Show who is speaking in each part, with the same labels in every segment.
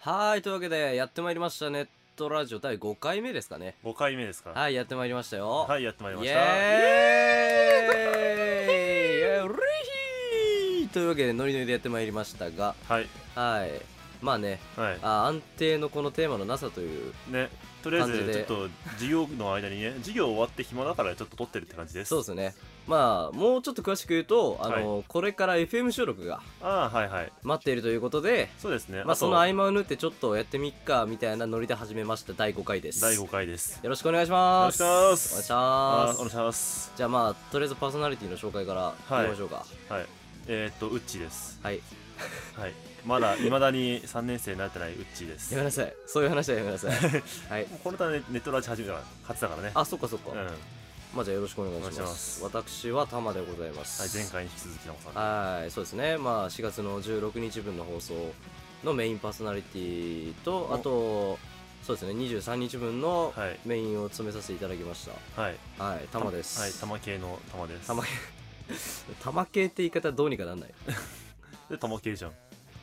Speaker 1: はい、というわけで、やってまいりました。ネットラジオ第5回目ですかね。
Speaker 2: 5回目ですか
Speaker 1: はい、やってまいりましたよ。
Speaker 2: はいやってまいりました
Speaker 1: イエーイイエーイうれひーというわけで、ノリノリでやってまいりましたが、
Speaker 2: はい
Speaker 1: はい。まあね、
Speaker 2: はい
Speaker 1: あ安定のこのテーマのなさという、
Speaker 2: ねとりあえ
Speaker 1: 感じ
Speaker 2: ずちょ
Speaker 1: で
Speaker 2: っと授業の間にね授業終わって暇だからちょっと撮ってるって感じです
Speaker 1: そうですね。まあ、もうちょっと詳しく言うと、あの、これから FM 収録が
Speaker 2: ああはいはい
Speaker 1: 待っているということで、
Speaker 2: そうですね
Speaker 1: まあ、
Speaker 2: と
Speaker 1: その合間を縫ってちょっとやってみっか、みたいなノリで始めました第5回です。
Speaker 2: 第5回です
Speaker 1: よろしくお願いします。
Speaker 2: お願いします
Speaker 1: お願い
Speaker 2: あーお
Speaker 1: し
Speaker 2: 願
Speaker 1: ま
Speaker 2: い
Speaker 1: す。
Speaker 2: します
Speaker 1: じゃあまあ、とりあえずパーソナリティの紹介から
Speaker 2: はい
Speaker 1: 行きましょうか。
Speaker 2: はいえー、っとウッチーです
Speaker 1: はい。
Speaker 2: はいまだいまだに3年生になってないウッチーです
Speaker 1: や
Speaker 2: も
Speaker 1: めなさい。そういう話はやめなさい。 はい。
Speaker 2: うこのためネットラジオ始めたから初だからね
Speaker 1: あ、そっかそっか。
Speaker 2: うん、はい、
Speaker 1: まあじゃあよろしくお願いします。
Speaker 2: お願いします
Speaker 1: 私はタマでございます。
Speaker 2: 前。回に引き続きのおさん
Speaker 1: はい、そうですね。まあ4月の16日分の放送のメインパーソナリティと、
Speaker 2: お
Speaker 1: あと、そうですね、23日分の
Speaker 2: はい
Speaker 1: メインを詰めさせていただきまし
Speaker 2: はい
Speaker 1: た。はい、タマです。
Speaker 2: はい玉系の玉です
Speaker 1: 玉系玉系って言い方どうにかなんない
Speaker 2: で玉系じゃん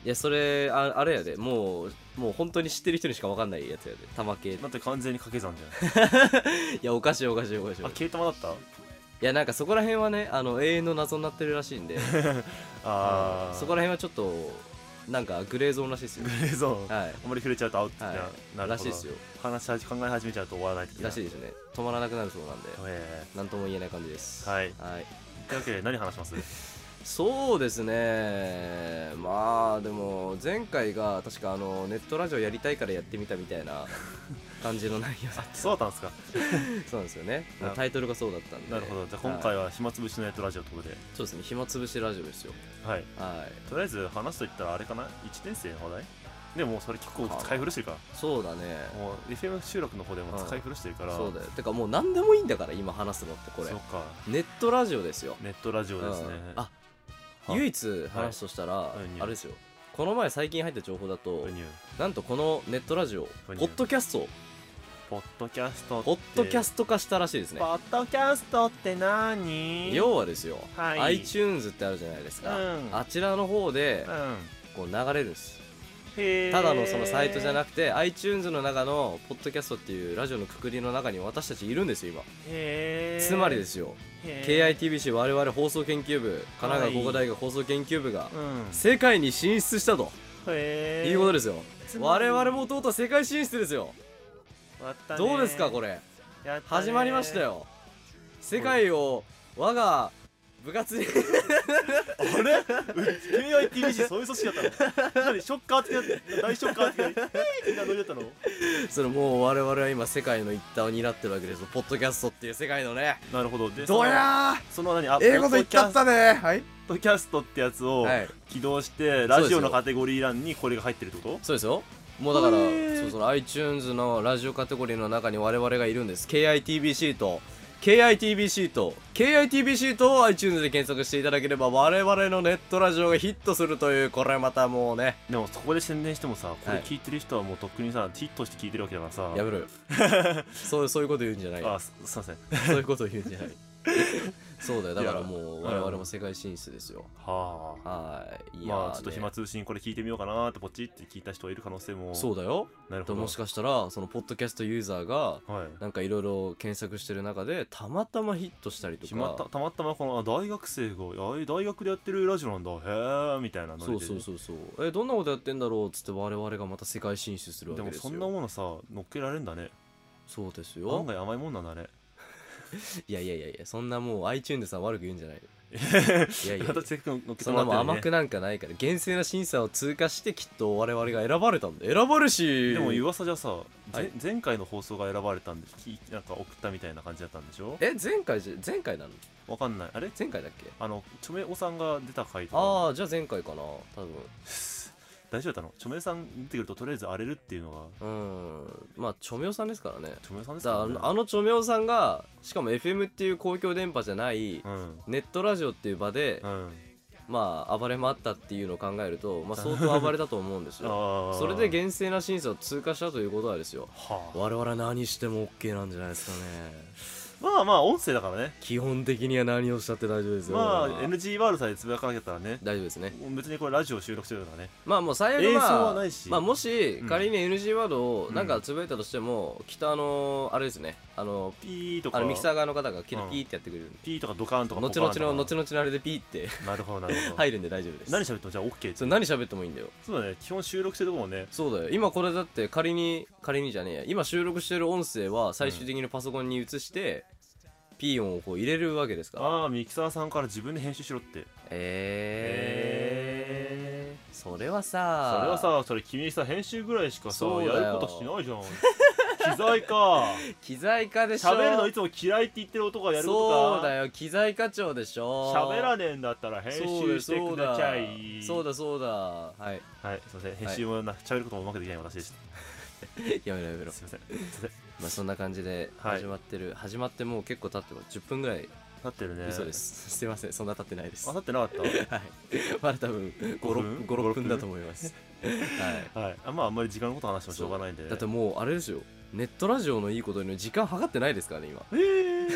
Speaker 1: いやそれああれやでもうもう本当に知ってる人にしか分かんないやつやで玉系
Speaker 2: だって完全に掛け算じ
Speaker 1: いやおかしいおかしいおかし い
Speaker 2: ゃんあ系玉だった
Speaker 1: いやなんかそこら辺はねあの永遠の謎になってるらしいんで
Speaker 2: ああ
Speaker 1: そこら辺はちょっとなんかグレーゾーンらしいですよ
Speaker 2: グレーゾーン
Speaker 1: はい
Speaker 2: あんまり触れちゃうとアウトにな,、
Speaker 1: はい
Speaker 2: なる
Speaker 1: ら
Speaker 2: ほ
Speaker 1: し
Speaker 2: ど
Speaker 1: いですよ
Speaker 2: 話し始め考え始めちゃうと終わらないって
Speaker 1: らしいですね止まらなくなるそうなんで
Speaker 2: え
Speaker 1: 何とも言えない感じです
Speaker 2: はい
Speaker 1: はい、
Speaker 2: ーというわけで何話します
Speaker 1: そうですねまあでも前回が確かあのネットラジオやりたいからやってみたみたい な感じの内容だっ
Speaker 2: そうだったんですか
Speaker 1: たそうなんですよね
Speaker 2: な
Speaker 1: タイトルがそうだったんで
Speaker 2: なるほどじゃあ
Speaker 1: はい
Speaker 2: 今回は暇つぶしのネットラジオということで
Speaker 1: そうですね暇つぶしラジオですよ
Speaker 2: はい
Speaker 1: はい
Speaker 2: とりあえず話すといったらあれかな1年生の話題でもうそれ結構使い古してるか
Speaker 1: そうだね
Speaker 2: らもう FM 収録の方でも使い古してるから、
Speaker 1: そうだよてかもう何でもいいんだから今話すのってこれ
Speaker 2: そうか
Speaker 1: ネットラジオですよ
Speaker 2: ネットラジオですね、
Speaker 1: うんあ
Speaker 2: はい
Speaker 1: 唯一話としたら、
Speaker 2: い
Speaker 1: あれですよこの前最近入った情報だと
Speaker 2: ブニュー
Speaker 1: なんとこのネットラジオポ
Speaker 2: ブニュー
Speaker 1: ッドキャスト
Speaker 2: ポッドキャストって
Speaker 1: ポッドキャスト化したらしいですね
Speaker 2: ポッドキャストって何
Speaker 1: 要はですよ、
Speaker 2: はい
Speaker 1: iTunes ってあるじゃないですか、
Speaker 2: うん
Speaker 1: あちらの方で
Speaker 2: うん
Speaker 1: こう流れるんです
Speaker 2: へー
Speaker 1: ただのそのサイトじゃなくて、iTunes の中のポッドキャストっていうラジオのくくりの中に私たちいるんですよ今、
Speaker 2: へー
Speaker 1: つまりですよ、
Speaker 2: へー
Speaker 1: KITBC 我々放送研究部神奈川工科大学放送研究部が
Speaker 2: うん
Speaker 1: 世界に進出したと
Speaker 2: へ
Speaker 1: いうことですよ、
Speaker 2: つま
Speaker 1: 我
Speaker 2: り
Speaker 1: 々もとうとう世界進出ですよ
Speaker 2: す
Speaker 1: どうですかこ
Speaker 2: れ
Speaker 1: れ始まりましたよ世界を我が部活に
Speaker 2: あ れ KITBC そういう組織だったの何ショッカー的な大ショッカー的なえーみんなノリだったの
Speaker 1: それもう我々は今世界の一端を担ってるわけですよポッドキャストっていう世界のね
Speaker 2: なるほどで
Speaker 1: どうやー
Speaker 2: そのその何あ
Speaker 1: ええこと言っちゃったねはい
Speaker 2: ポッドキャストってやつを
Speaker 1: はい
Speaker 2: 起動してラジオのカテゴリー欄にこれが入ってるってこ
Speaker 1: そうですよもうだから、
Speaker 2: へー
Speaker 1: そうその iTunes のラジオカテゴリーの中に我々がいるんです KITBC と KITBC と KITBC と iTunes で検索していただければ我々のネットラジオがヒットするというこれまたもうね
Speaker 2: とでもそこで宣伝してもさこれ
Speaker 1: はい
Speaker 2: 聞いてる人はもうとっくにさヒットして聞いてるわけだからさ
Speaker 1: やめ ろよそうそういうこと言うんじゃない
Speaker 2: あすすいません
Speaker 1: そういうこと言うんじゃ ないそうだよだからもう
Speaker 2: いや
Speaker 1: 我々も世界進出ですよ、
Speaker 2: はあ
Speaker 1: はいいやーね
Speaker 2: まあちょっと暇つぶしにこれ聞いてみようかなーってポチって聞いた人はいる可能性も
Speaker 1: そうだよ
Speaker 2: なる
Speaker 1: と
Speaker 2: ほど
Speaker 1: もしかしたらそのポッドキャストユーザーが
Speaker 2: はい
Speaker 1: なんかいろいろ検索してる中でたまたまヒットしたりと
Speaker 2: 決まった
Speaker 1: か
Speaker 2: たまたまこのあ大学生があえ大学でやってるラジオなんだへえみたいなノリ
Speaker 1: そ
Speaker 2: で
Speaker 1: うそうそうそうえどんなことやってんだろうっつって我々がまた世界進出するわ
Speaker 2: で
Speaker 1: け
Speaker 2: も
Speaker 1: です
Speaker 2: そ
Speaker 1: よ
Speaker 2: んなものさ乗っけられるんだね
Speaker 1: そうです
Speaker 2: 案
Speaker 1: よ
Speaker 2: 外甘いもんなんだね
Speaker 1: いやいやいやいやそんなもう iTunes さん悪く言うんじゃ ないよいやいやいや
Speaker 2: 私せっかく乗っけ て
Speaker 1: そん
Speaker 2: もら
Speaker 1: なも
Speaker 2: っ
Speaker 1: ん甘
Speaker 2: て
Speaker 1: く
Speaker 2: るね
Speaker 1: なんかないから厳正な審査を通過してきっと我々が選ばれたんだ選ばれし
Speaker 2: でも噂じゃさ、ぜ
Speaker 1: はい
Speaker 2: 前回の放送が選ばれたんできなんか送ったみたいな感じだったんでしょ
Speaker 1: え前回じゃ前回なの
Speaker 2: わかんないあれ
Speaker 1: 前回だっけ
Speaker 2: あのチョメオさんが出た回とか
Speaker 1: ああじゃあ前回かな多分
Speaker 2: 大丈夫だったのチョメさん出てくるととりあえず荒れるっていうのが
Speaker 1: うんまあ著名さんですからね
Speaker 2: チョメさんです
Speaker 1: だ
Speaker 2: か
Speaker 1: から
Speaker 2: ら
Speaker 1: あ
Speaker 2: ね
Speaker 1: のあの著名さんがしかも FM っていう公共電波じゃない
Speaker 2: うん
Speaker 1: ネットラジオっていう場で
Speaker 2: う、ん
Speaker 1: まあ暴れ回ったっていうのを考える と、まあ、相当暴れたと思うんですよ
Speaker 2: あー
Speaker 1: それで厳正な審査を通過したということはですよ
Speaker 2: はあ
Speaker 1: 我々は何しても OK なんじゃないですかね
Speaker 2: まあまあ音声だからね
Speaker 1: 基本的には何をしたって大丈夫ですよ
Speaker 2: まあ
Speaker 1: 俺は
Speaker 2: NG ワールドさえつぶやかなかったらね
Speaker 1: 大丈夫ですね
Speaker 2: もう別にこれラジオ収録してるからね
Speaker 1: まあもう最悪
Speaker 2: 映像
Speaker 1: まあ
Speaker 2: はないし
Speaker 1: まあ、もし
Speaker 2: うん
Speaker 1: 仮に NG ワードを
Speaker 2: うん
Speaker 1: なんかつぶやいたとしても、きっとあのあれですねあの
Speaker 2: ピーと
Speaker 1: あ
Speaker 2: か
Speaker 1: のミキサー側の方がきっと
Speaker 2: うん
Speaker 1: ピーってやってくれるんで、
Speaker 2: ピーとかドカーンとか
Speaker 1: 後
Speaker 2: ポカ
Speaker 1: 々
Speaker 2: ーンとか
Speaker 1: の後々のあれでピーって
Speaker 2: なるほどなるほど、
Speaker 1: 入るんで大丈夫です
Speaker 2: 何喋ってもじゃあ OK
Speaker 1: それ何喋ってもいいんだよ
Speaker 2: そうだね基本収録してるとこもね
Speaker 1: そうだよ今これだって仮に仮にじゃねえや今収録してる音声は最終的にパソコンに移して、ピー音をこう入れるわけですから
Speaker 2: ああミキサーさんから自分で編集しろって
Speaker 1: えー、それは
Speaker 2: そ
Speaker 1: さ
Speaker 2: れはさそれ君さ編集ぐらいしかさ
Speaker 1: そうだよ
Speaker 2: やることしないじ ゃん機材か
Speaker 1: 機材化でしょ
Speaker 2: 喋るのいつも嫌いって言ってる男がやることか
Speaker 1: そうだよ機材課長でしょ
Speaker 2: 喋らねえんだったら編集して
Speaker 1: そう
Speaker 2: く
Speaker 1: だ
Speaker 2: だちゃい
Speaker 1: そうだそうだはい
Speaker 2: はいすいません編集もな喋ることもうまくできない私でし
Speaker 1: やめろやめろ
Speaker 2: たすいませんすいません
Speaker 1: まあそんな感じで
Speaker 2: はい
Speaker 1: 始まってる、始まってもう結構経っても10分ぐらい
Speaker 2: 立ってるね
Speaker 1: 嘘です すいませんそんな経ってないです
Speaker 2: あ
Speaker 1: は
Speaker 2: 立ってなかっ
Speaker 1: いまだ多分
Speaker 2: 分
Speaker 1: 56分だと思いますはい
Speaker 2: たはいあまああんまり時間のこと話してもしょうがないんでね
Speaker 1: だってもうあれですよネットラジオのいいことに時間計ってないですからね今
Speaker 2: えー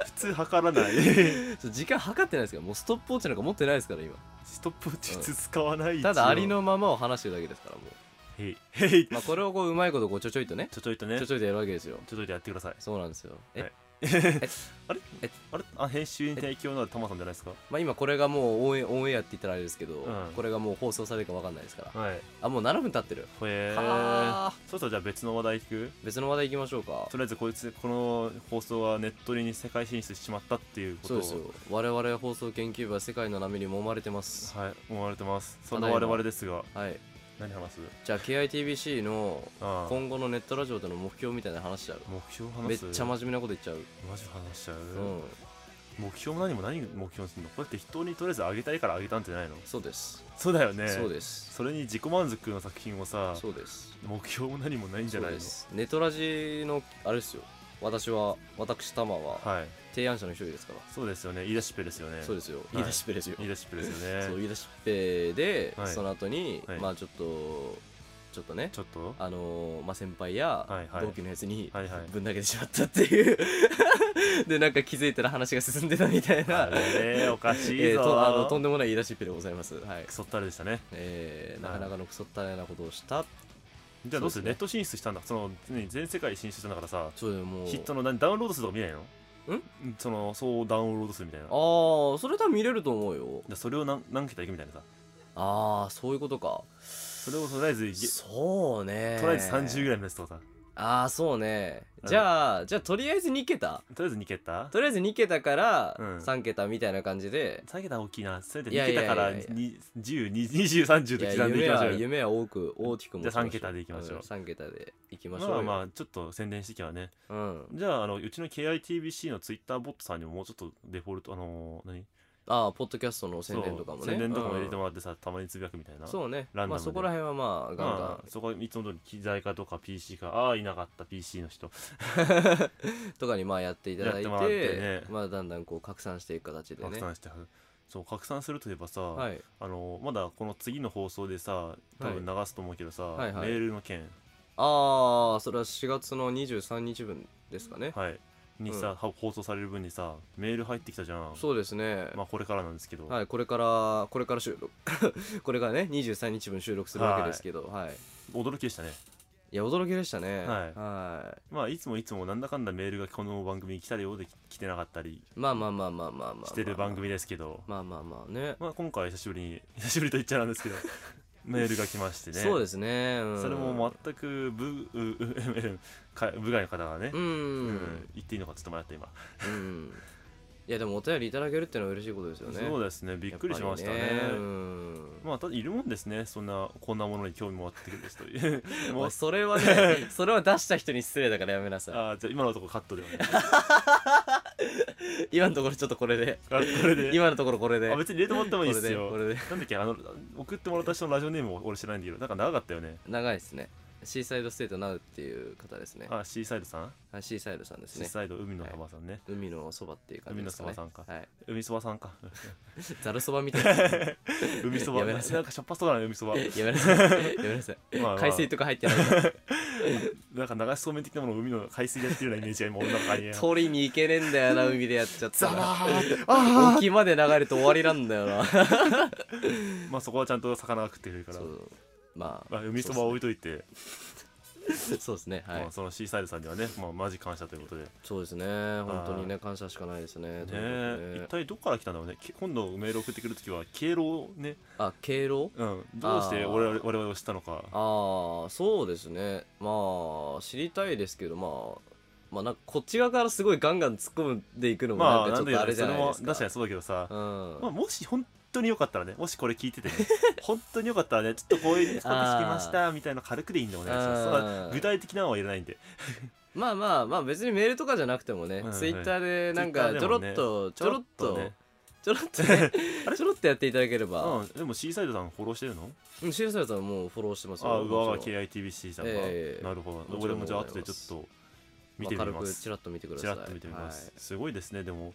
Speaker 2: 普通測らない
Speaker 1: そう時間計ってないですからもうストップウォッチなんか持ってないですから今
Speaker 2: ストップウォッチ普通使わない
Speaker 1: ただあり
Speaker 2: 一応
Speaker 1: のままを話してるだけですからもう、
Speaker 2: へいへい
Speaker 1: まあ、これをこううまいことこうちょちょいとね
Speaker 2: ちょちょいとね
Speaker 1: ちょち
Speaker 2: ちょ
Speaker 1: ょいとやるわけですよ
Speaker 2: ちょいとやってください
Speaker 1: そうなんですよえ、
Speaker 2: はい
Speaker 1: え
Speaker 2: あれあ編集に提供のあるタマさんじゃないですか
Speaker 1: まあ、今これがもうオンエオンエアって言ったらあれですけど、
Speaker 2: うん
Speaker 1: これがもう放送されるか分かんないですから
Speaker 2: はい
Speaker 1: あもう7分経ってる
Speaker 2: ほえー
Speaker 1: はあ
Speaker 2: そろそろじゃあ別の話題聞く
Speaker 1: 別の話題行きましょうか
Speaker 2: とりあえずこいつこの放送はネットに世界進出してしまったっていうこ
Speaker 1: そ
Speaker 2: と
Speaker 1: う
Speaker 2: を
Speaker 1: ですよ我々放送研究部は世界の波に揉まれてます
Speaker 2: はい思われてますそん
Speaker 1: ただ
Speaker 2: な
Speaker 1: い
Speaker 2: 我
Speaker 1: ま
Speaker 2: 々ですが
Speaker 1: はい
Speaker 2: 何話す
Speaker 1: じゃあ KITBC の
Speaker 2: ああ
Speaker 1: 今後のネットラジオでの目標みたいな話しちゃう
Speaker 2: 目標
Speaker 1: め
Speaker 2: 話
Speaker 1: っ
Speaker 2: す
Speaker 1: ちゃ真
Speaker 2: マ
Speaker 1: 面目なこと言っちゃう、
Speaker 2: ジ話しちゃう、
Speaker 1: うん、
Speaker 2: 目標も何も何目標にするのこれって人にとりあえずあげたいからあげたんじゃないの
Speaker 1: そうです、
Speaker 2: そうだよね
Speaker 1: そうです
Speaker 2: それに自己満足の作品をさ
Speaker 1: そうです
Speaker 2: 目標も何もないんじゃ
Speaker 1: そう
Speaker 2: ないの
Speaker 1: ですネトラジのあれですよ私は私玉は
Speaker 2: はい
Speaker 1: 提案者の一人ですから、
Speaker 2: そうですよね言い出しっぺですよね
Speaker 1: そうですよ
Speaker 2: い
Speaker 1: 言い出しっぺですよ、
Speaker 2: 言い出しっぺです よ
Speaker 1: そう
Speaker 2: ね
Speaker 1: 言い出しっぺで、
Speaker 2: はい
Speaker 1: その後に、
Speaker 2: はい
Speaker 1: まあちょっとちょっとね
Speaker 2: ちょっと
Speaker 1: あのーまあ、先輩や
Speaker 2: はいはい
Speaker 1: 同期のやつに
Speaker 2: はいはい
Speaker 1: ぶん投げてしまったっていう でなんか気づいたら話が進んでたみたい
Speaker 2: あ
Speaker 1: な、
Speaker 2: れおかしいぞ、
Speaker 1: えーとあのとんでもない言い出しっぺでございます、はい
Speaker 2: クソったれでしたね
Speaker 1: えー、な
Speaker 2: はい
Speaker 1: かなかのクソったれなことをした
Speaker 2: じゃあどうす
Speaker 1: そうです
Speaker 2: る
Speaker 1: ね
Speaker 2: ネット進出したんだその常に全世界進出したんだからさ
Speaker 1: そうだよもう
Speaker 2: ヒットの何ダウンロード数とか見ないの
Speaker 1: ん
Speaker 2: そのそうダウンロード数みたいなだか
Speaker 1: ああそれ多分見れると思うよ
Speaker 2: らそれを何何桁いくみたいなさ
Speaker 1: ああそういうことか
Speaker 2: それをとりあえずい
Speaker 1: そうね
Speaker 2: とりあえず30ぐらいのやつとかさ
Speaker 1: ああそうね
Speaker 2: うん
Speaker 1: じゃあじゃあとりあえず2桁
Speaker 2: とりあえず2桁
Speaker 1: とりあえず2桁から
Speaker 2: うん
Speaker 1: 3桁みたいな感じで、
Speaker 2: 3桁は大きいなせめて
Speaker 1: いや
Speaker 2: 2
Speaker 1: いや
Speaker 2: 桁
Speaker 1: いや
Speaker 2: から
Speaker 1: いや
Speaker 2: 102030
Speaker 1: い
Speaker 2: と
Speaker 1: や
Speaker 2: 刻んで
Speaker 1: 夢
Speaker 2: いきましょ
Speaker 1: は
Speaker 2: うよ
Speaker 1: 夢は多く大きく持ちましょう
Speaker 2: じゃあ3桁でいきましょうん
Speaker 1: 3桁でいきましょう
Speaker 2: まあ
Speaker 1: よ
Speaker 2: まあちょっと宣伝していけばね
Speaker 1: うん、
Speaker 2: じゃああのうちの KITBC のツイッターボットさんにももうちょっとデフォルトあのー何
Speaker 1: ああポッドキャストの宣伝とかも
Speaker 2: そう
Speaker 1: ね
Speaker 2: 宣伝とかも入れて
Speaker 1: も
Speaker 2: もらってさたまにつぶやくみたいな
Speaker 1: そうね
Speaker 2: ランダムで
Speaker 1: まあそこら辺はまあガンガ
Speaker 2: まあ、そこはいつも通り機材化とか PC かああいなかった PC の人
Speaker 1: ンとかにまあやっていただいて
Speaker 2: やってもらってね
Speaker 1: まあだんだんこう拡散していく形で
Speaker 2: 拡
Speaker 1: ね
Speaker 2: 散してはるそう拡散するといえばさ、
Speaker 1: はい
Speaker 2: あのまだこの次の放送でさ多分流すと思うけどさ、
Speaker 1: はいはい
Speaker 2: メールの件、
Speaker 1: ああそれは4月の23日分ですかね、
Speaker 2: はい、にさ、放送される分にさメール入ってきたじゃん
Speaker 1: そうですね、
Speaker 2: まあこれからなんですけど、
Speaker 1: はいこれからこれから収録 これからね23日分収録するわけですけどはい、い、
Speaker 2: 驚きでしたね
Speaker 1: や驚きでしたね
Speaker 2: はい
Speaker 1: はい
Speaker 2: まあいつもいつもなんだかんだメールがこの番組に来たりようで来てなかったり
Speaker 1: まあまあまあまあまあまあまあ、まあ、
Speaker 2: してる番組ですけど、
Speaker 1: まあまあまあね
Speaker 2: まあ、今回久しぶりに 久しぶりと言っちゃなんですけ どメールが来ましてね
Speaker 1: そうですね、うん
Speaker 2: それも全く部ううか部外の方がね、
Speaker 1: うん、
Speaker 2: うん言っていいのかちょっと迷った今、
Speaker 1: うん、いやでもお便りいただけるっていうのは嬉しいことですよね
Speaker 2: そうですねびっくりしましたね
Speaker 1: やっぱりうん
Speaker 2: まあただいるもんですねそんなこんなものに興味もあってくる人というも
Speaker 1: も
Speaker 2: う
Speaker 1: うそれは ねそれは出した人に失礼だからやめなさ
Speaker 2: あーじゃあ今のところカットではね
Speaker 1: い今のところちょっとこれで
Speaker 2: あこれで
Speaker 1: 今のところこれで
Speaker 2: あ別に入れてもらってもいいですよ
Speaker 1: これでこれで
Speaker 2: なんだっけあの送ってもらった人のラジオネームを俺知らないんだけどなんか長かったよね
Speaker 1: 長いですねシーサイドステートナウっていう方ですね。
Speaker 2: あ、シーサイドさん、
Speaker 1: はい、シーサイドさんです
Speaker 2: シー
Speaker 1: ね。
Speaker 2: サイド海の浜さんね。
Speaker 1: 海のそばっていう感じ
Speaker 2: 海
Speaker 1: で
Speaker 2: の
Speaker 1: す
Speaker 2: そ
Speaker 1: かね
Speaker 2: ば。さんか。
Speaker 1: はい、
Speaker 2: 海そばさん か。
Speaker 1: ざるそばみた いな。や
Speaker 2: 海そば。
Speaker 1: やめ
Speaker 2: な
Speaker 1: なんさい
Speaker 2: かしょっぱそうだね、海そば。
Speaker 1: めなさい。やめなさい。
Speaker 2: まあまあ
Speaker 1: 海水とか入って ないから。
Speaker 2: なんか流しそうめん的なものを海の海水でやってるようなイメージが今俺の中に ある。
Speaker 1: 取りに行けねえんだよな、海でやっちゃった
Speaker 2: ザ
Speaker 1: ら。
Speaker 2: バーあ
Speaker 1: 沖まで流れて終わりなんだ よな。
Speaker 2: ーまあそこはちゃんと魚が食ってくれるから
Speaker 1: そ。うまあ、
Speaker 2: まあ、海そばは置いといて、
Speaker 1: そうですね。は
Speaker 2: ま
Speaker 1: い
Speaker 2: あ、。そのシーサイドさんにはね、まあ、マジ感謝ということで、ね
Speaker 1: そうですね。本当にね、感謝しかないですね。ということで
Speaker 2: 一体どこから来たんだろうね、け今度メール送ってくるときは、経路をね、
Speaker 1: あ、敬老
Speaker 2: うん、どうして我々我々を知ったのか、
Speaker 1: ああそうですねまあ知りたいですけどまあまあなんかこっち側からすごいガンガン突っ込んでいくのも
Speaker 2: ま
Speaker 1: な
Speaker 2: あ、
Speaker 1: んかち
Speaker 2: な
Speaker 1: ょ
Speaker 2: ん
Speaker 1: っ
Speaker 2: で
Speaker 1: とあれじ
Speaker 2: そ
Speaker 1: ゃ
Speaker 2: れ
Speaker 1: ない
Speaker 2: も
Speaker 1: ですか、
Speaker 2: 確かにそうだけどさ、
Speaker 1: うん、
Speaker 2: まあ、もし本当によかったらね、もしこれ聞い ててね、本当によかったらね、ちょっとこういうこと聞きましたみたいな軽くでいいんでお願いします。
Speaker 1: あ
Speaker 2: そ
Speaker 1: ー
Speaker 2: んな具体的なのはいらないんで、
Speaker 1: まあまあまあ別にメールとかじゃなくてもね、
Speaker 2: うんうん
Speaker 1: ツイッターでなんかち
Speaker 2: Twitter
Speaker 1: ょ
Speaker 2: で
Speaker 1: ろ
Speaker 2: も
Speaker 1: っ
Speaker 2: ね
Speaker 1: とちょろっと
Speaker 2: ね、
Speaker 1: ちょろっとねちょろっとやっていただければ、
Speaker 2: うん、でもシーサイドさんフォローしてるの
Speaker 1: うん、シルサルさんはもうフォローしてますよ
Speaker 2: ああ、うわうわ、
Speaker 1: もちろん
Speaker 2: KITBC さんか、
Speaker 1: ええ
Speaker 2: なるほ
Speaker 1: も
Speaker 2: ど。
Speaker 1: ちろ
Speaker 2: 俺
Speaker 1: ん
Speaker 2: もじゃあ後でちょっと見てみ
Speaker 1: まあ
Speaker 2: ま
Speaker 1: 軽く
Speaker 2: す
Speaker 1: チ。ラッと見てくだ
Speaker 2: ち
Speaker 1: さい
Speaker 2: らっと見てみます、
Speaker 1: はい
Speaker 2: すごいですねでも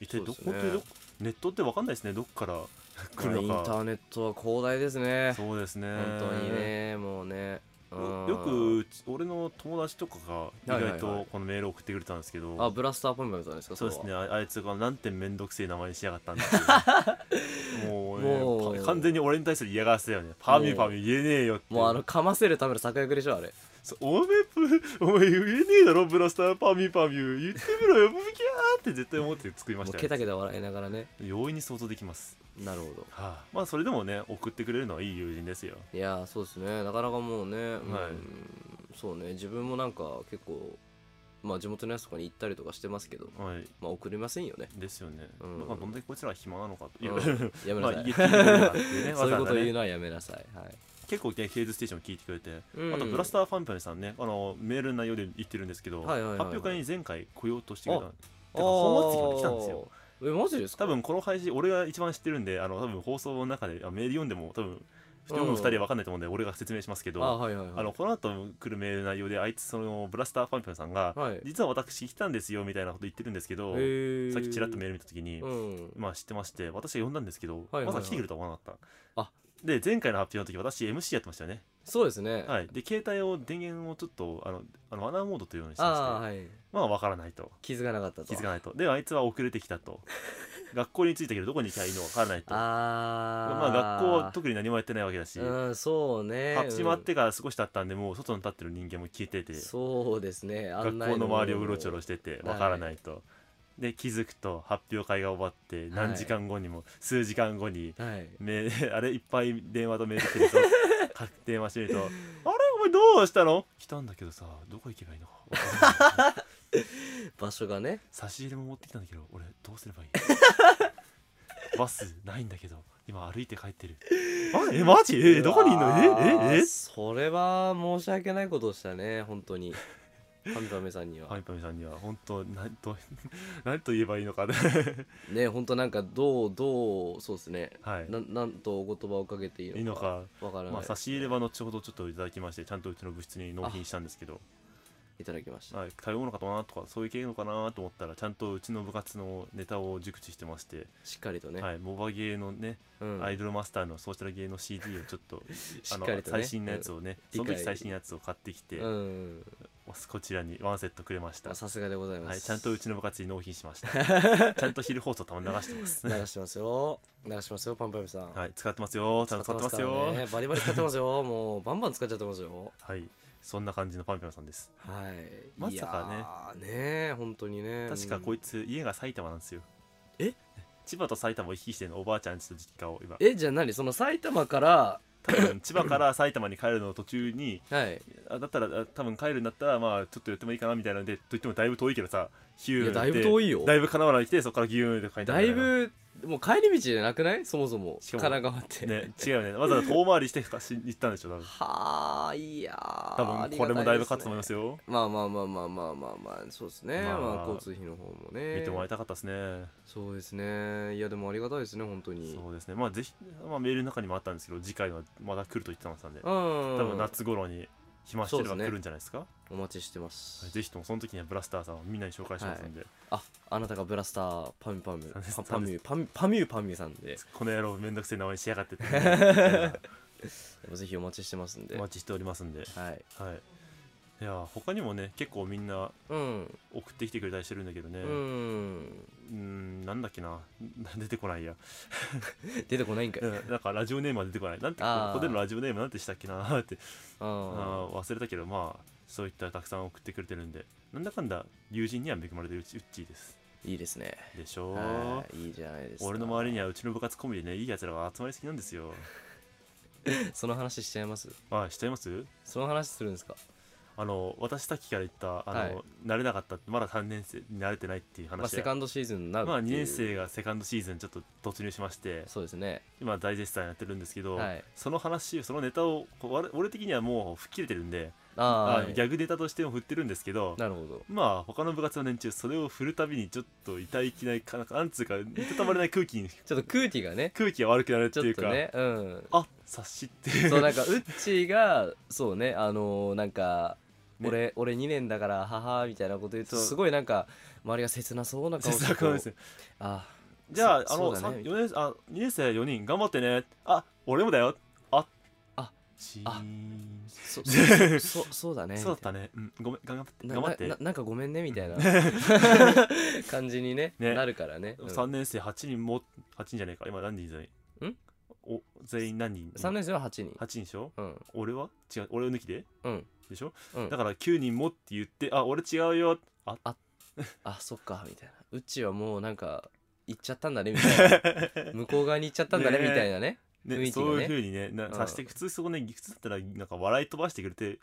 Speaker 2: 一体ど、
Speaker 1: そう
Speaker 2: 本
Speaker 1: ですね
Speaker 2: 当にどネットってわかんないですねどっから来
Speaker 1: まあ
Speaker 2: るの
Speaker 1: インタ
Speaker 2: か
Speaker 1: ーネットは広大ですね
Speaker 2: そうですね
Speaker 1: 本当にねもうね、うん
Speaker 2: よよくうち俺の友達とかが
Speaker 1: はい
Speaker 2: 意
Speaker 1: はいはい
Speaker 2: 外とこのメール送ってくれたんですけど、
Speaker 1: あブラスターポイントなんですか
Speaker 2: そうですね
Speaker 1: れは
Speaker 2: ああいつがなんてめんどくせえ名前にしやがったんだ もう,、ね、
Speaker 1: もう
Speaker 2: パ完全に俺に対する嫌がらせだよねパーミューパーミュー言えねえよって
Speaker 1: もうあのかませるための策略でしょあれ
Speaker 2: そうおめぷお前言えねえだろブラスターパーミューパーミュー言ってみろよブキャーって絶対思って作り
Speaker 1: も
Speaker 2: ま
Speaker 1: う
Speaker 2: した
Speaker 1: ケ
Speaker 2: よ、
Speaker 1: タケタ笑いながらね
Speaker 2: 容易に想像できます
Speaker 1: なるほど
Speaker 2: はあ、まあそれでもね送ってくれるのはいい友人ですよ
Speaker 1: いやーそうですねなかなかもうね、うん
Speaker 2: はい
Speaker 1: そうね自分もなんか結構まあ地元のやつとかに行ったりとかしてますけど
Speaker 2: はい
Speaker 1: まあ送りませんよね
Speaker 2: ですよね、
Speaker 1: うん
Speaker 2: まあどんだけこいつらは暇なのかと
Speaker 1: う
Speaker 2: い
Speaker 1: ん
Speaker 2: う、
Speaker 1: やめ
Speaker 2: ま
Speaker 1: なさ
Speaker 2: あ
Speaker 1: い、
Speaker 2: 言ってくれるなっていう ね
Speaker 1: そういうことを言う
Speaker 2: わ
Speaker 1: のはやめなさいはい
Speaker 2: ざわざね結構ね「ケイズステーション」聞いてくれて、
Speaker 1: うん
Speaker 2: あとブラスターファンピョンさんねあのメールの内容で言ってるんですけど、
Speaker 1: はいはいはいはい
Speaker 2: 発表会に前回来ようとしてくれたてか
Speaker 1: あー
Speaker 2: 本末期まで来たんですよ
Speaker 1: えマジですか
Speaker 2: 多分この配信俺が一番知ってるんであの多分放送の中であメール読んでも多分読む2人は分かんないと思うんで、俺が説明しますけ
Speaker 1: あ
Speaker 2: ど
Speaker 1: ーはいはいはい
Speaker 2: あのこの後来るメール内容であいつそのブラスターファンピョンさんが、
Speaker 1: はい
Speaker 2: 実は私来たんですよみたいなこと言ってるんですけど、
Speaker 1: へー
Speaker 2: さっきちらっとメール見た時に、
Speaker 1: うん
Speaker 2: まあ知ってまして私が呼んだんですけど、
Speaker 1: はいはいはい
Speaker 2: まさか来てくるとは思わなかった
Speaker 1: あ
Speaker 2: で前回の発表の時私 MC やってましたよね
Speaker 1: そうですね、
Speaker 2: はいで携帯を電源をちょっとあのあのマナーモードというのにし
Speaker 1: あ
Speaker 2: まして
Speaker 1: あはい
Speaker 2: まあわからないと
Speaker 1: 気づかなかったと
Speaker 2: 気づかないとであいつは遅れてきた と学校に着いたけどどこに行きゃいいのかわからないと
Speaker 1: あ
Speaker 2: まあ学校は
Speaker 1: と
Speaker 2: 特に何もやってないわけだし、
Speaker 1: うんそうね
Speaker 2: 始まっ
Speaker 1: う
Speaker 2: てから少し経ったんでもう外に立ってる人間も消えてて
Speaker 1: んそうですね
Speaker 2: 学校の周りをうろちょろ
Speaker 1: し
Speaker 2: してて
Speaker 1: はい
Speaker 2: わからないと、で気づくと発表会が終わって何時間後にも、数時間後に
Speaker 1: てはい
Speaker 2: め あれいっぱい電話とメール来てるとか電話してると「あれお前どうしたの来たんだけどさどこ行けばいい のかわからない
Speaker 1: 場所がね
Speaker 2: 差し入れも持ってきたんだけど俺どうすれ ばいいバスないんだけど今歩いて帰ってるあえマジえどこにいん
Speaker 1: う
Speaker 2: の
Speaker 1: わー
Speaker 2: えええ
Speaker 1: それは申し訳ないことをしたね本当 にパミパミさんには、
Speaker 2: パミパミさんには本当何と 何と言えばいいの かね
Speaker 1: ね本当なんかどうどうそうですね
Speaker 2: はい
Speaker 1: ななんとお言葉をかけてい
Speaker 2: い
Speaker 1: い
Speaker 2: い
Speaker 1: の
Speaker 2: の
Speaker 1: か
Speaker 2: か
Speaker 1: わからない、
Speaker 2: まあ、差し入れは後ほどちょっといただきましてちゃんとうちの部室に納品したんですけど
Speaker 1: いただきました
Speaker 2: はい食べ物かとなとかそういう系のかなと思ったらちゃんとうちの部活のネタを熟知してまして、
Speaker 1: しっかりとね、
Speaker 2: はい、モバゲーのね、
Speaker 1: うん
Speaker 2: アイドルマスターのソーシャルゲーの CD をちょっと
Speaker 1: しっ
Speaker 2: あの
Speaker 1: かりとね
Speaker 2: 最新のやつをね、
Speaker 1: うん
Speaker 2: その時
Speaker 1: 理解
Speaker 2: 最新のやつを買ってきて、
Speaker 1: うんうん
Speaker 2: こちらにワンセットくれまし
Speaker 1: ま
Speaker 2: た
Speaker 1: あ、さすがでございます、
Speaker 2: はい、ちゃんとうちの部活に納品しましたちゃんと昼放送たまに流してます、
Speaker 1: 流してますよ流してますよパンパミさん
Speaker 2: はい、使ってますよちゃんと使ってますよ
Speaker 1: ね、バリバリ使ってますよもうバンバン使っちゃってますよ
Speaker 2: はいそんな感じのパンピョンさんです
Speaker 1: はい
Speaker 2: ま
Speaker 1: か
Speaker 2: さか
Speaker 1: ねねえ本当にね
Speaker 2: 確か
Speaker 1: う
Speaker 2: こ
Speaker 1: ん
Speaker 2: いつ家が埼玉なんですよ
Speaker 1: え
Speaker 2: 千葉と埼玉を行き来してるのおばあちゃんちと実家を今
Speaker 1: えじゃあ何その埼玉から
Speaker 2: 多分千葉から埼玉に帰るの途中に
Speaker 1: はい
Speaker 2: あだったらあ多分帰るんだったらまあちょっと寄ってもいいかなみたいなのでと言ってもだいぶ遠いけどさヒューン
Speaker 1: いやだいぶ
Speaker 2: って
Speaker 1: 遠いよ
Speaker 2: だいぶ神奈川に来てそこからギューンって帰った
Speaker 1: だいぶもう帰り道じゃなくないそもそも
Speaker 2: しか
Speaker 1: 神
Speaker 2: も
Speaker 1: 奈川って、
Speaker 2: ね違うよねわざわざ遠回りしてかし行ったんでしょ多 分
Speaker 1: はあいやー
Speaker 2: 多分これもだいぶ勝つと思います
Speaker 1: よ
Speaker 2: よ
Speaker 1: まあまあまあまあまあまあまあそうですね、ま
Speaker 2: ま
Speaker 1: あ
Speaker 2: あ
Speaker 1: 交通費の方もね
Speaker 2: 見てもらいたかったですね
Speaker 1: そうですねいやでもありがたいですね本当に
Speaker 2: そうですねまあぜひ、まあ、メールの中にもあったんですけど次回はまだ来ると言ってましたんで
Speaker 1: うん
Speaker 2: 多分夏頃に暇してれ
Speaker 1: そ
Speaker 2: ば
Speaker 1: うですね
Speaker 2: 来るんじゃないですか
Speaker 1: お待ちしてます
Speaker 2: ぜひともその時にはブラスターさんをみんなに紹介しますんで、
Speaker 1: ああなたがブラスターパミュパミュ
Speaker 2: そうです
Speaker 1: パパミュパミュパミュパミュさんで
Speaker 2: この野郎めんどくせえ名前しやがってってね うん
Speaker 1: ぜひお待ちしてますんで
Speaker 2: お
Speaker 1: は
Speaker 2: 待ちしておりますんで、
Speaker 1: い
Speaker 2: はい、いやー他にもね結構みんな
Speaker 1: うん
Speaker 2: 送ってきてくれたりしてるんだけどね
Speaker 1: う
Speaker 2: うんーんなんだっけな 出てこないや、
Speaker 1: 出てこないんかい
Speaker 2: うん、なんかラジオネームは出てこないなんてこ
Speaker 1: あー
Speaker 2: こでのラジオネームなんてしたっけな ーって
Speaker 1: あ
Speaker 2: あー忘れたけどまあそういったたくさん送ってくれてるんでなんだかんだ友人には恵まれてるうちうっちーです
Speaker 1: ーいいですね
Speaker 2: でしょう
Speaker 1: はいいいじゃないですか
Speaker 2: 俺の周りにはうちの部活込みでねいいやつらが集まりすぎなんですよ
Speaker 1: その話しちゃいます
Speaker 2: あしちゃいます
Speaker 1: その話するんですか
Speaker 2: あの私さっきから言ったあの、
Speaker 1: はい
Speaker 2: 慣れなかったってまだ3年生に慣れてないっていう
Speaker 1: まあ
Speaker 2: 話
Speaker 1: セ
Speaker 2: や
Speaker 1: カンドシーズンになるって
Speaker 2: ま
Speaker 1: いう
Speaker 2: あ、2年生がセカンドシーズンちょっと突入しまして
Speaker 1: そうですね
Speaker 2: 今大絶賛やってるんですけど、
Speaker 1: はい
Speaker 2: その話そのネタをこうわれ俺的にはもう吹っ切れてるんで
Speaker 1: あ
Speaker 2: あ
Speaker 1: ー
Speaker 2: ギャグネタとしても振ってるんですけど
Speaker 1: なるほど
Speaker 2: まあ他の部活の連中それを振るたびにちょっと痛いきないかなんかなんつうかいたたまれない 空気に
Speaker 1: ちょっと空気がね
Speaker 2: 空気が悪くなるって
Speaker 1: ち
Speaker 2: い
Speaker 1: ょっ
Speaker 2: う
Speaker 1: と
Speaker 2: か
Speaker 1: ねうん
Speaker 2: あ察しっていう
Speaker 1: そうなんかウッチーがそうねあのーなんか
Speaker 2: ね
Speaker 1: 俺、俺2年だから母みたいなこと言うと
Speaker 2: そう
Speaker 1: すごいなんか周りが切なそうな顔
Speaker 2: 切
Speaker 1: して
Speaker 2: なくなるんですよ
Speaker 1: あ
Speaker 2: じゃあ、
Speaker 1: そ
Speaker 2: あの、
Speaker 1: そうだね
Speaker 2: さ四年あ2年生4人頑張ってね。あ俺もだよ。あ
Speaker 1: あ
Speaker 2: チ
Speaker 1: あ
Speaker 2: ーン
Speaker 1: そそそそうだね
Speaker 2: そうだったね。うん、ごめん、頑張って。
Speaker 1: みたいな
Speaker 2: 頑張っ
Speaker 1: な
Speaker 2: て
Speaker 1: な。なんかごめんねみたいな 感じに、ね
Speaker 2: ね
Speaker 1: なるからね、うん、
Speaker 2: 3年生8人も、8人じゃねえか。今何人全員
Speaker 1: ん
Speaker 2: お全員何人
Speaker 1: 3年生は8人
Speaker 2: ?8 人でしょ
Speaker 1: うん
Speaker 2: 俺は違う、俺を抜きで
Speaker 1: うん
Speaker 2: でしょ
Speaker 1: うん
Speaker 2: だから9人もって言って、あ、俺違 うよ。あ
Speaker 1: あそっかみたいなうちはもうなんか行っちゃったんだねみ たいな向こう側に行っちゃったんだね
Speaker 2: ねえ
Speaker 1: みたいなね雰囲
Speaker 2: ね、
Speaker 1: 気がね
Speaker 2: そういうふうにね、な
Speaker 1: うん
Speaker 2: さして、普通そこね、普通だったら、なんか笑い飛ばしてくれて、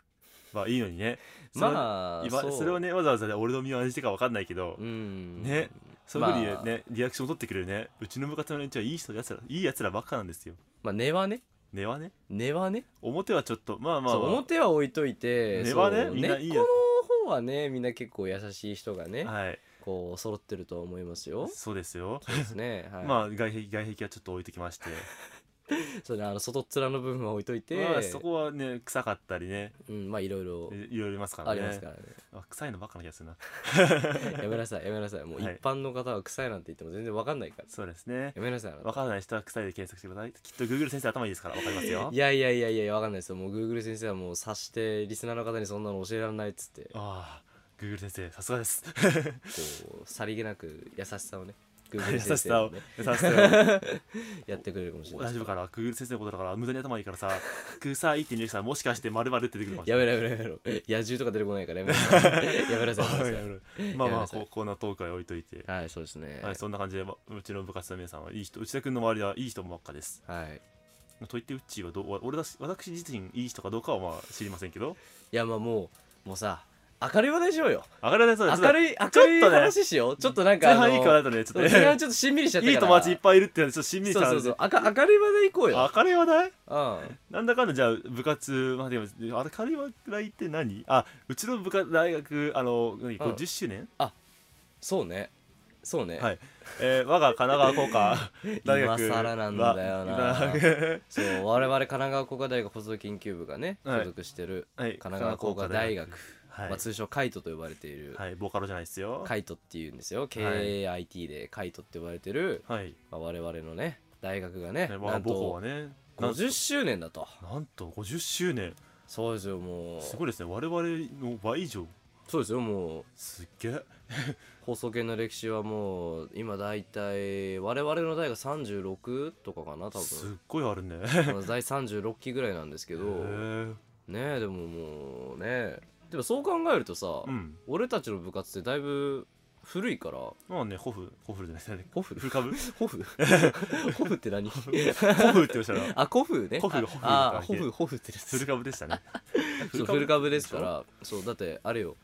Speaker 2: まあいいのにね。あ、
Speaker 1: まあ
Speaker 2: 今
Speaker 1: う
Speaker 2: それをね、わざわざね俺の身を案じてかわかんないけど、
Speaker 1: うん
Speaker 2: ねそういうふうにね、
Speaker 1: まあ
Speaker 2: リアクション取ってくれるね。うちの部活の連中はいい人やつら、いいやつらばっかなんですよ。
Speaker 1: まあ根はね
Speaker 2: 根はね、
Speaker 1: 根はね、
Speaker 2: 表はちょっと、まあまあ、
Speaker 1: そう表は置いといて
Speaker 2: 根はね
Speaker 1: そう
Speaker 2: みんないいやつ
Speaker 1: 根っこの方はねみんな結構優しい人がね、
Speaker 2: はい、
Speaker 1: こう揃ってると思いますよ
Speaker 2: そうですよ。
Speaker 1: そうですね、はい、
Speaker 2: まあ外壁、外壁はちょっと置いときまして、
Speaker 1: そうねあの外っ面の部分は置いといて、
Speaker 2: まあ、そこはね、臭かったりね、
Speaker 1: うん、まあいろいろ
Speaker 2: いいろいろいますから
Speaker 1: あ
Speaker 2: ね。
Speaker 1: りますからね
Speaker 2: あ臭いのばっかな気がするな。
Speaker 1: やめなさいやめなさいもう一
Speaker 2: はい
Speaker 1: 般の方は臭いなんて言っても全然わかんないから
Speaker 2: そうですね。
Speaker 1: やめなさいあなた
Speaker 2: わからない人は臭いで検索してください。きっと Google 先生頭いいですから、わかりますよ
Speaker 1: い。やいやいやいやわかんないですよもう Google 先生はもう察してリスナーの方にそんなの教えられないっつってこ
Speaker 2: ああ、Google 先生、さすがです。
Speaker 1: うさりげなく優しさを ね
Speaker 2: 優
Speaker 1: Google
Speaker 2: し
Speaker 1: 先生
Speaker 2: さ
Speaker 1: が
Speaker 2: を
Speaker 1: ね、
Speaker 2: 優しさを。
Speaker 1: やってくれるかもしれない
Speaker 2: 大丈夫かな ?Google 先生のことだから無駄に頭いいからさ、臭いって入力したらもしかして〇〇って出てくるかもしれ
Speaker 1: やめろやめろやめろ野獣とか出てこないからやめなさいやめなさいやめなさ
Speaker 2: ないいやめろ。まあ
Speaker 1: やめ
Speaker 2: ま
Speaker 1: な
Speaker 2: あ、
Speaker 1: さい
Speaker 2: ここんなトークは置いといて。
Speaker 1: はいそうですね
Speaker 2: はい、そんな感じで、まうちの部活の皆さんはいい人、内田君の周りはいい人ばっかです。
Speaker 1: はい
Speaker 2: と言って、うっちーはどう、俺だし、私自身いい人かどうかはまあ知りませんけど、
Speaker 1: いやまあもうもうさ明るい話題しようよ
Speaker 2: 明るいそうです。
Speaker 1: 明るい
Speaker 2: ちょっと
Speaker 1: 明
Speaker 2: ね
Speaker 1: るい話しようちょっとなんか
Speaker 2: 前
Speaker 1: あの
Speaker 2: 半いい顔だったね、ちょっと
Speaker 1: 前半
Speaker 2: ね。
Speaker 1: ちょっとしんみりしちゃったか
Speaker 2: い
Speaker 1: ら
Speaker 2: い友達いっぱいいるって、ちょっとしんみりした
Speaker 1: そうそうそ
Speaker 2: 話
Speaker 1: うあか明るい話題行こうよ
Speaker 2: 明るい話題
Speaker 1: うん
Speaker 2: なんだかんだじゃあ部活まあでもあれカリバライって何あうちの部活大学あの
Speaker 1: う
Speaker 2: 何
Speaker 1: ん
Speaker 2: 50周年、
Speaker 1: そうねそうね、
Speaker 2: はい、えー我が神奈川工科大学は
Speaker 1: 今更なんだよな
Speaker 2: 今
Speaker 1: そう我々神奈川工科大学補足研究部がね
Speaker 2: はい
Speaker 1: 所属してる
Speaker 2: はい
Speaker 1: 神奈川工科大学、
Speaker 2: はい、
Speaker 1: まあ、通称カイトと呼ばれている、
Speaker 2: はいボカロじゃないですよ
Speaker 1: カイトっていうんですよ KIT でカイトって呼ばれてる、
Speaker 2: はい、
Speaker 1: まあ、我々のね大学がね
Speaker 2: ね、我
Speaker 1: な
Speaker 2: が
Speaker 1: ん
Speaker 2: 母校
Speaker 1: と
Speaker 2: はねなん
Speaker 1: 50周年だと
Speaker 2: なんと50周年
Speaker 1: そうですよもう
Speaker 2: すごいですね我々の倍以上
Speaker 1: そうですよもう
Speaker 2: すっげえ
Speaker 1: 放送系の歴史はもう今大体我々の代が36とかかな多
Speaker 2: すっ
Speaker 1: 分
Speaker 2: ごいあるね
Speaker 1: まあ第36期ぐらいなんですけ
Speaker 2: へ
Speaker 1: ど
Speaker 2: ー
Speaker 1: ねえでももうねでもそう考えるとさ、
Speaker 2: うん
Speaker 1: 俺たちの部活ってだいぶ古いから
Speaker 2: まあねホフホフじゃないですね
Speaker 1: 古風
Speaker 2: フル株
Speaker 1: ホ フホフって何
Speaker 2: ホフっておっしゃ る
Speaker 1: あ古風ね
Speaker 2: 古風が古風
Speaker 1: あ
Speaker 2: だ
Speaker 1: あ
Speaker 2: っ
Speaker 1: ホ
Speaker 2: け
Speaker 1: フホフってや
Speaker 2: フル
Speaker 1: つ
Speaker 2: 株でしたね
Speaker 1: そう古株ですからそうだってあれよ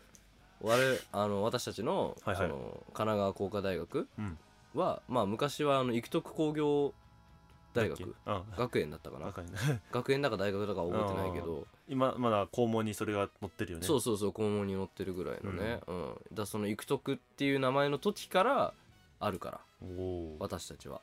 Speaker 1: 我々あの私たちの,、
Speaker 2: はいはい
Speaker 1: その神奈川工科大学
Speaker 2: うん
Speaker 1: は、まあ昔はあの育徳工業大
Speaker 2: だっ
Speaker 1: 学
Speaker 2: けうん
Speaker 1: 学園だったか
Speaker 2: わ
Speaker 1: な
Speaker 2: かんない
Speaker 1: 学園だか大学だかは覚えてないけど
Speaker 2: 今まだ校門にそれが載ってるよね
Speaker 1: そうそうそう肛門に載ってるぐらいのね、うんだその育徳っていう名前の時からあるから
Speaker 2: おー
Speaker 1: 私たちは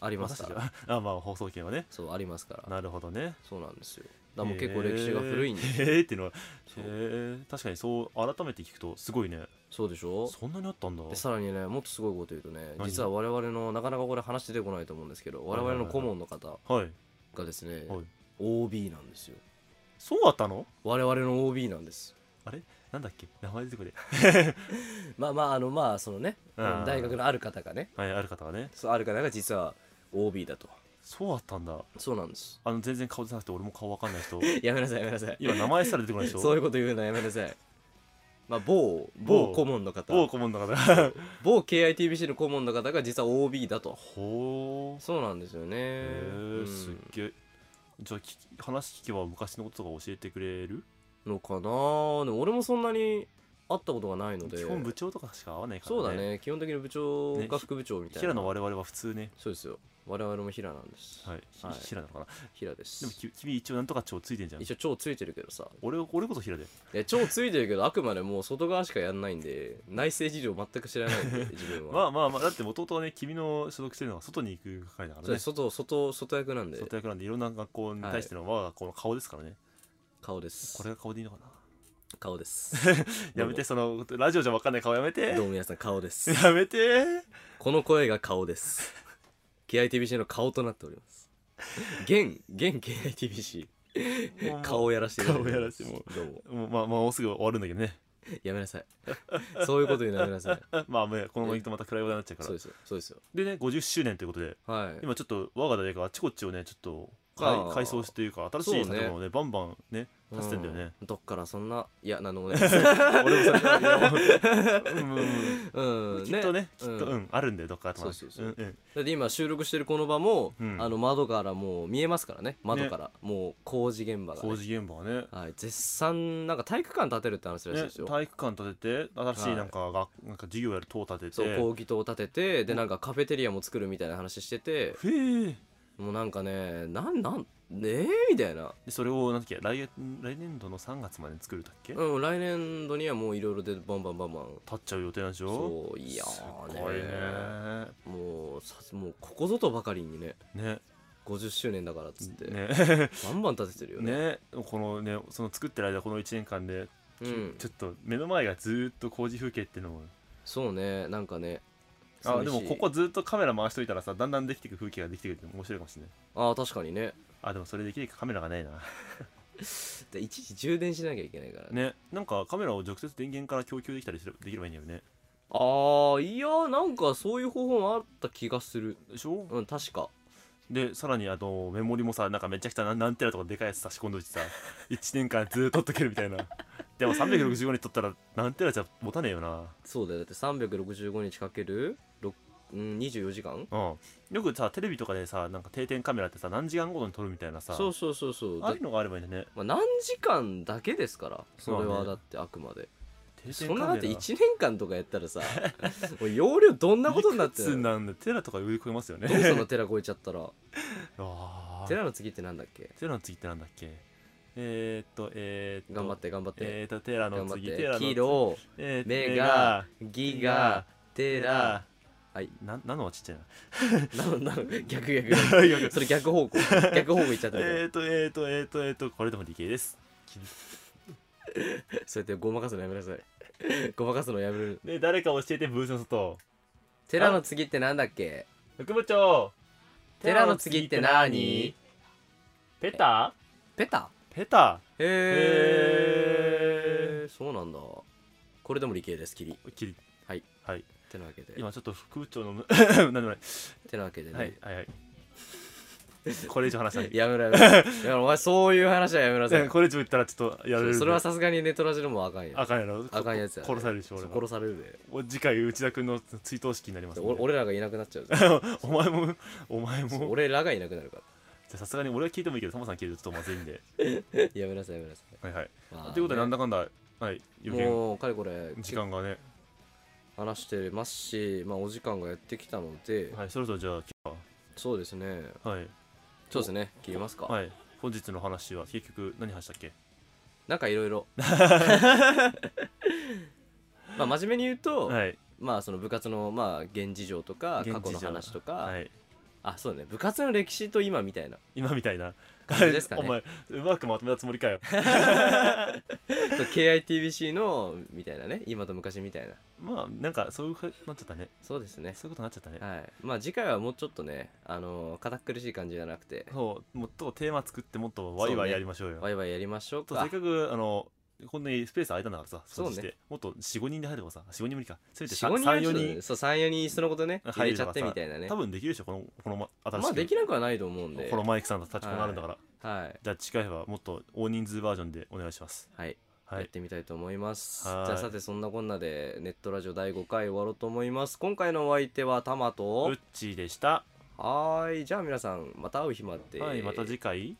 Speaker 1: ありますから
Speaker 2: 私たちはあまあ放送権はね
Speaker 1: そうありますから
Speaker 2: なるほどね
Speaker 1: そうなんですよだからもう結構歴史が古いんで
Speaker 2: へ
Speaker 1: す
Speaker 2: ーへーっていうのは
Speaker 1: そ
Speaker 2: へ
Speaker 1: う
Speaker 2: ー確かにそう改めて聞くとすごいね
Speaker 1: そうでしょ
Speaker 2: そんなにあったんだ
Speaker 1: でさらにねもっとすごいこと言うとね
Speaker 2: 何
Speaker 1: 実は我々のなかなかこれ話出てこないと思うんですけど我々の顧問の方
Speaker 2: はい
Speaker 1: がですね
Speaker 2: はい
Speaker 1: OB なんですよ
Speaker 2: そうだったの
Speaker 1: 我々の OB なんです
Speaker 2: なんだっけ名前出てくれ
Speaker 1: まあまああのまあそのね
Speaker 2: うん
Speaker 1: 大学のある方がね
Speaker 2: はいある方はね
Speaker 1: そうある方が実は OB だと
Speaker 2: そうだったんだ
Speaker 1: そうなん です
Speaker 2: あの全然顔出さなくて俺も顔わかんない人
Speaker 1: やめなさいやめなさい
Speaker 2: 今名前すら出てこないでし ょ
Speaker 1: そういうこと言うのはやめなさいまあ某
Speaker 2: 某
Speaker 1: 某顧問の方
Speaker 2: 某顧問の 方
Speaker 1: 某 KITBC の顧問の方が実は OB だと
Speaker 2: ほー
Speaker 1: そうなんですよね
Speaker 2: へ
Speaker 1: う
Speaker 2: ー
Speaker 1: ん
Speaker 2: すっげえじゃあ聞き話聞けば昔のこととか教えてくれる
Speaker 1: のかなでも俺もそんなに会ったことがないので
Speaker 2: 基本部長とかしか会わないからね
Speaker 1: そうだね基本的に部長
Speaker 2: ね
Speaker 1: が副部長みたいな、
Speaker 2: 平野我々は普通ね
Speaker 1: そうですよ我々も平なんです、
Speaker 2: はい、ひ
Speaker 1: はい
Speaker 2: 平なのかな
Speaker 1: 平です
Speaker 2: でもき君一応なんとか蝶ついてんじゃん
Speaker 1: 一応超ついてるけどさ
Speaker 2: 俺俺こそ平で
Speaker 1: いや超ついてるけどあくまでもう外側しかやんないんで内政事情全く知らないんで自 分は、
Speaker 2: まあまあまあだって元々はね君の所属してるのは外に行く係だか
Speaker 1: そ
Speaker 2: ら
Speaker 1: れ
Speaker 2: ね
Speaker 1: 外外外役なんで
Speaker 2: 外役なんでいろんな学校に対しての我が校の顔ですからね、
Speaker 1: 顔です
Speaker 2: これが顔でいいのかな
Speaker 1: 顔です
Speaker 2: やめてそのラジオじゃ分かんない顔やめ て
Speaker 1: どうも皆さん顔です
Speaker 2: やめて
Speaker 1: この声が顔です KITBC の顔となっております現現 KITBC
Speaker 2: もう
Speaker 1: 顔をやらせていただいております
Speaker 2: 顔をやら
Speaker 1: どうも
Speaker 2: もうまあまあもうすぐ終わるんだけどね
Speaker 1: やめなさいそういうことになめな さい
Speaker 2: まあまあこのまま行くとまた暗い話題になっちゃうか
Speaker 1: そう
Speaker 2: ら
Speaker 1: ですよそうですよ
Speaker 2: でね50周年ということで
Speaker 1: はい
Speaker 2: 今ちょっと我が大学あちこちをねちょっと改
Speaker 1: あー
Speaker 2: 改装してというか新しい建物をねバンバンね
Speaker 1: う
Speaker 2: 出してんだよね、
Speaker 1: どっからそんないや何でもないです 俺 もそれ
Speaker 2: いやもううんうんうん
Speaker 1: うん
Speaker 2: きっとねきっ
Speaker 1: う
Speaker 2: と
Speaker 1: ん
Speaker 2: うんあるんだよどっか頭
Speaker 1: そうそうそうん
Speaker 2: ん
Speaker 1: だって今収録してるこの場も、
Speaker 2: うん
Speaker 1: あの窓からもう見えますからね窓から、もう工事現場がね、
Speaker 2: 工事現場はね
Speaker 1: はい、絶賛なんか体育館建てるって話らしい
Speaker 2: ね
Speaker 1: ですよ、
Speaker 2: 体育館建てて新し
Speaker 1: はいい
Speaker 2: なんかがなんか授業やる塔建てて
Speaker 1: そう講義棟を建ててでなんかカフェテリアも作るみたいな話してて
Speaker 2: へえ
Speaker 1: もうなんかねなんなんねえみたいな、
Speaker 2: でそれをなんだっけ来月来年度の3月までに作るだっけ
Speaker 1: うん、来年度にはもういろいろでバンバンバンバン
Speaker 2: 立っちゃう予定なんでしょ
Speaker 1: そういや
Speaker 2: す
Speaker 1: ーね
Speaker 2: ごい
Speaker 1: もうさもうここぞとばかりにね
Speaker 2: ね
Speaker 1: 50周年だからっつって、
Speaker 2: ね
Speaker 1: バンバン建ててるよね
Speaker 2: ねこのねその作ってる間この1年間で
Speaker 1: うん
Speaker 2: ちょっと目の前がずーっと工事風景っていうのも
Speaker 1: そうねなんかね
Speaker 2: あ
Speaker 1: 寂
Speaker 2: で
Speaker 1: しい
Speaker 2: もここずっとカメラ回しといたらさだんだんできていく風景ができてくるって面白いかもしれない
Speaker 1: ああ確かにね
Speaker 2: あでもそれできるカメラがないな
Speaker 1: でいちいち充電しなきゃいけないからね
Speaker 2: ねなんかカメラを直接電源から供給できたりすれできればいいんだよね
Speaker 1: ああいやーなんかそういう方法もあった気がする
Speaker 2: でしょ
Speaker 1: うん確か
Speaker 2: でさらにあのメモリもさなんかめちゃくちゃ何何テラとかでかいやつ差し込んどいてさ1 年間ずーっと撮っとけるみたいなでも365日撮ったら何テラじゃ持たねえよな
Speaker 1: そうだよだって365日かけるろくうん24時間
Speaker 2: うんよくさテレビとかでさなんか定点カメラってさ何時間ごとに撮るみたいなさ
Speaker 1: そうそうそうそう
Speaker 2: ああ
Speaker 1: だ
Speaker 2: いうのがあればいいんだね
Speaker 1: まあ、何時間だけですからそれ
Speaker 2: そうだ
Speaker 1: は
Speaker 2: ね
Speaker 1: だってあくまで
Speaker 2: 定
Speaker 1: そ
Speaker 2: 点
Speaker 1: んなだ
Speaker 2: カ
Speaker 1: っ
Speaker 2: メ
Speaker 1: て
Speaker 2: ラ
Speaker 1: 1年間とかやったらさ もう容量どんなことになって
Speaker 2: いくつ
Speaker 1: んの
Speaker 2: なんでテラとか上超えますよね
Speaker 1: どうその寺超えちゃったら
Speaker 2: あー
Speaker 1: 寺の次ってなんだっけ
Speaker 2: テラの次ってなんだっけえー、っとえー、っと
Speaker 1: 頑張って頑張って、
Speaker 2: えー、っとテラの
Speaker 1: 頑張っ
Speaker 2: 次テラ
Speaker 1: て
Speaker 2: の次
Speaker 1: キロ
Speaker 2: えー
Speaker 1: メガギガテラはい
Speaker 2: ななのはちっちゃいな
Speaker 1: なの なの逆逆
Speaker 2: 逆
Speaker 1: それ逆方向逆方向行っちゃったけど、
Speaker 2: えーとえーとえーとえーとこれでも理系です
Speaker 1: そうやってごまかすのやめなさいごまかすのやめる
Speaker 2: で誰か教えてブースの外
Speaker 1: 寺の次ってなんだっけ
Speaker 2: 副部長
Speaker 1: 寺の次って何
Speaker 2: ペタ
Speaker 1: ペタ
Speaker 2: ペタ
Speaker 1: へえそうなんだこれでも理系ですキリっ
Speaker 2: キリ
Speaker 1: はい
Speaker 2: はい
Speaker 1: てなわけで
Speaker 2: 今ちょっと副部長 のなんでもない
Speaker 1: てなわけでね、
Speaker 2: はいはい はいこれ以上話 さない
Speaker 1: やめろやめ ろやめろお前そういう話はやめなさ
Speaker 2: うん
Speaker 1: い
Speaker 2: これ以上言ったらちょっとやられるんで
Speaker 1: それはさすがにネトラジでもあかん
Speaker 2: あ
Speaker 1: よ
Speaker 2: かんやろ
Speaker 1: あかんやつや
Speaker 2: 殺されるでしょ俺は
Speaker 1: 殺されるで
Speaker 2: お次回内田君の追悼式になりますんで
Speaker 1: お俺らがいなくなっちゃうぜ
Speaker 2: お前もお前
Speaker 1: そう
Speaker 2: も
Speaker 1: 俺らがいなくなるか
Speaker 2: じゃあさすがに俺は聞いてもいいけどタモさん聞いてるとちょっとまずいんで
Speaker 1: らやめなさいやめなさい
Speaker 2: はいはい
Speaker 1: まあ
Speaker 2: ということでなん
Speaker 1: ね
Speaker 2: だかんだはい余計
Speaker 1: もうかれこれ
Speaker 2: 時間がね
Speaker 1: 話してますし、まあ、お時間がやってきたので、
Speaker 2: はいそろそろじゃあ切る
Speaker 1: そうですね
Speaker 2: かはい
Speaker 1: そうですね切りますか、
Speaker 2: はい本日の話は結局何話したっけ
Speaker 1: なんかいろい ろまあ真面目に言うと、
Speaker 2: はい
Speaker 1: まあその部活のまあ現事情とか
Speaker 2: 現
Speaker 1: 過去
Speaker 2: 地
Speaker 1: の
Speaker 2: じゃ
Speaker 1: 話とか、
Speaker 2: はい
Speaker 1: あそうだね部活の歴史と今みたいな
Speaker 2: 今みたいな
Speaker 1: 感じですかね
Speaker 2: お前うまくまとめたつもりかよ
Speaker 1: そう KITBC のみたいなね今と昔みたいな
Speaker 2: まあなんかそういうふうになっちゃったね
Speaker 1: そうですね
Speaker 2: そういうことになっちゃったね
Speaker 1: はいまあ次回はもうちょっとねあのー堅苦しい感じじゃなくて
Speaker 2: そうもっとテーマ作ってもっとワイワイやりましょうよ
Speaker 1: ワイワイやりましょう
Speaker 2: そうせ
Speaker 1: か
Speaker 2: っかくあのこんなにスペース空いたんだからさ
Speaker 1: そうね
Speaker 2: して、もっと45人で入ればさ45人無理かせめて
Speaker 1: 45人はちょっと
Speaker 2: 34
Speaker 1: ねそう34人いっそのことね
Speaker 2: 人
Speaker 1: 入
Speaker 2: 入
Speaker 1: れ
Speaker 2: れ
Speaker 1: ちゃってみたいなね
Speaker 2: 多分できるでしょこのこの新しく
Speaker 1: まあできなくはないと思うんで
Speaker 2: このマイクさんの立ちこがあるんだから、
Speaker 1: はい
Speaker 2: じゃあ次回はもっと大人数バージョンでお願いします
Speaker 1: はい
Speaker 2: は
Speaker 1: やっ
Speaker 2: い
Speaker 1: てみたいと思いますじ
Speaker 2: はい
Speaker 1: ゃあさてそんなこんなでネットラジオ第5回終わろうと思います今回のお相手はタマ
Speaker 2: う
Speaker 1: と
Speaker 2: っちーでした
Speaker 1: はーいじゃあ皆さんまた会う日まで
Speaker 2: はいまた次回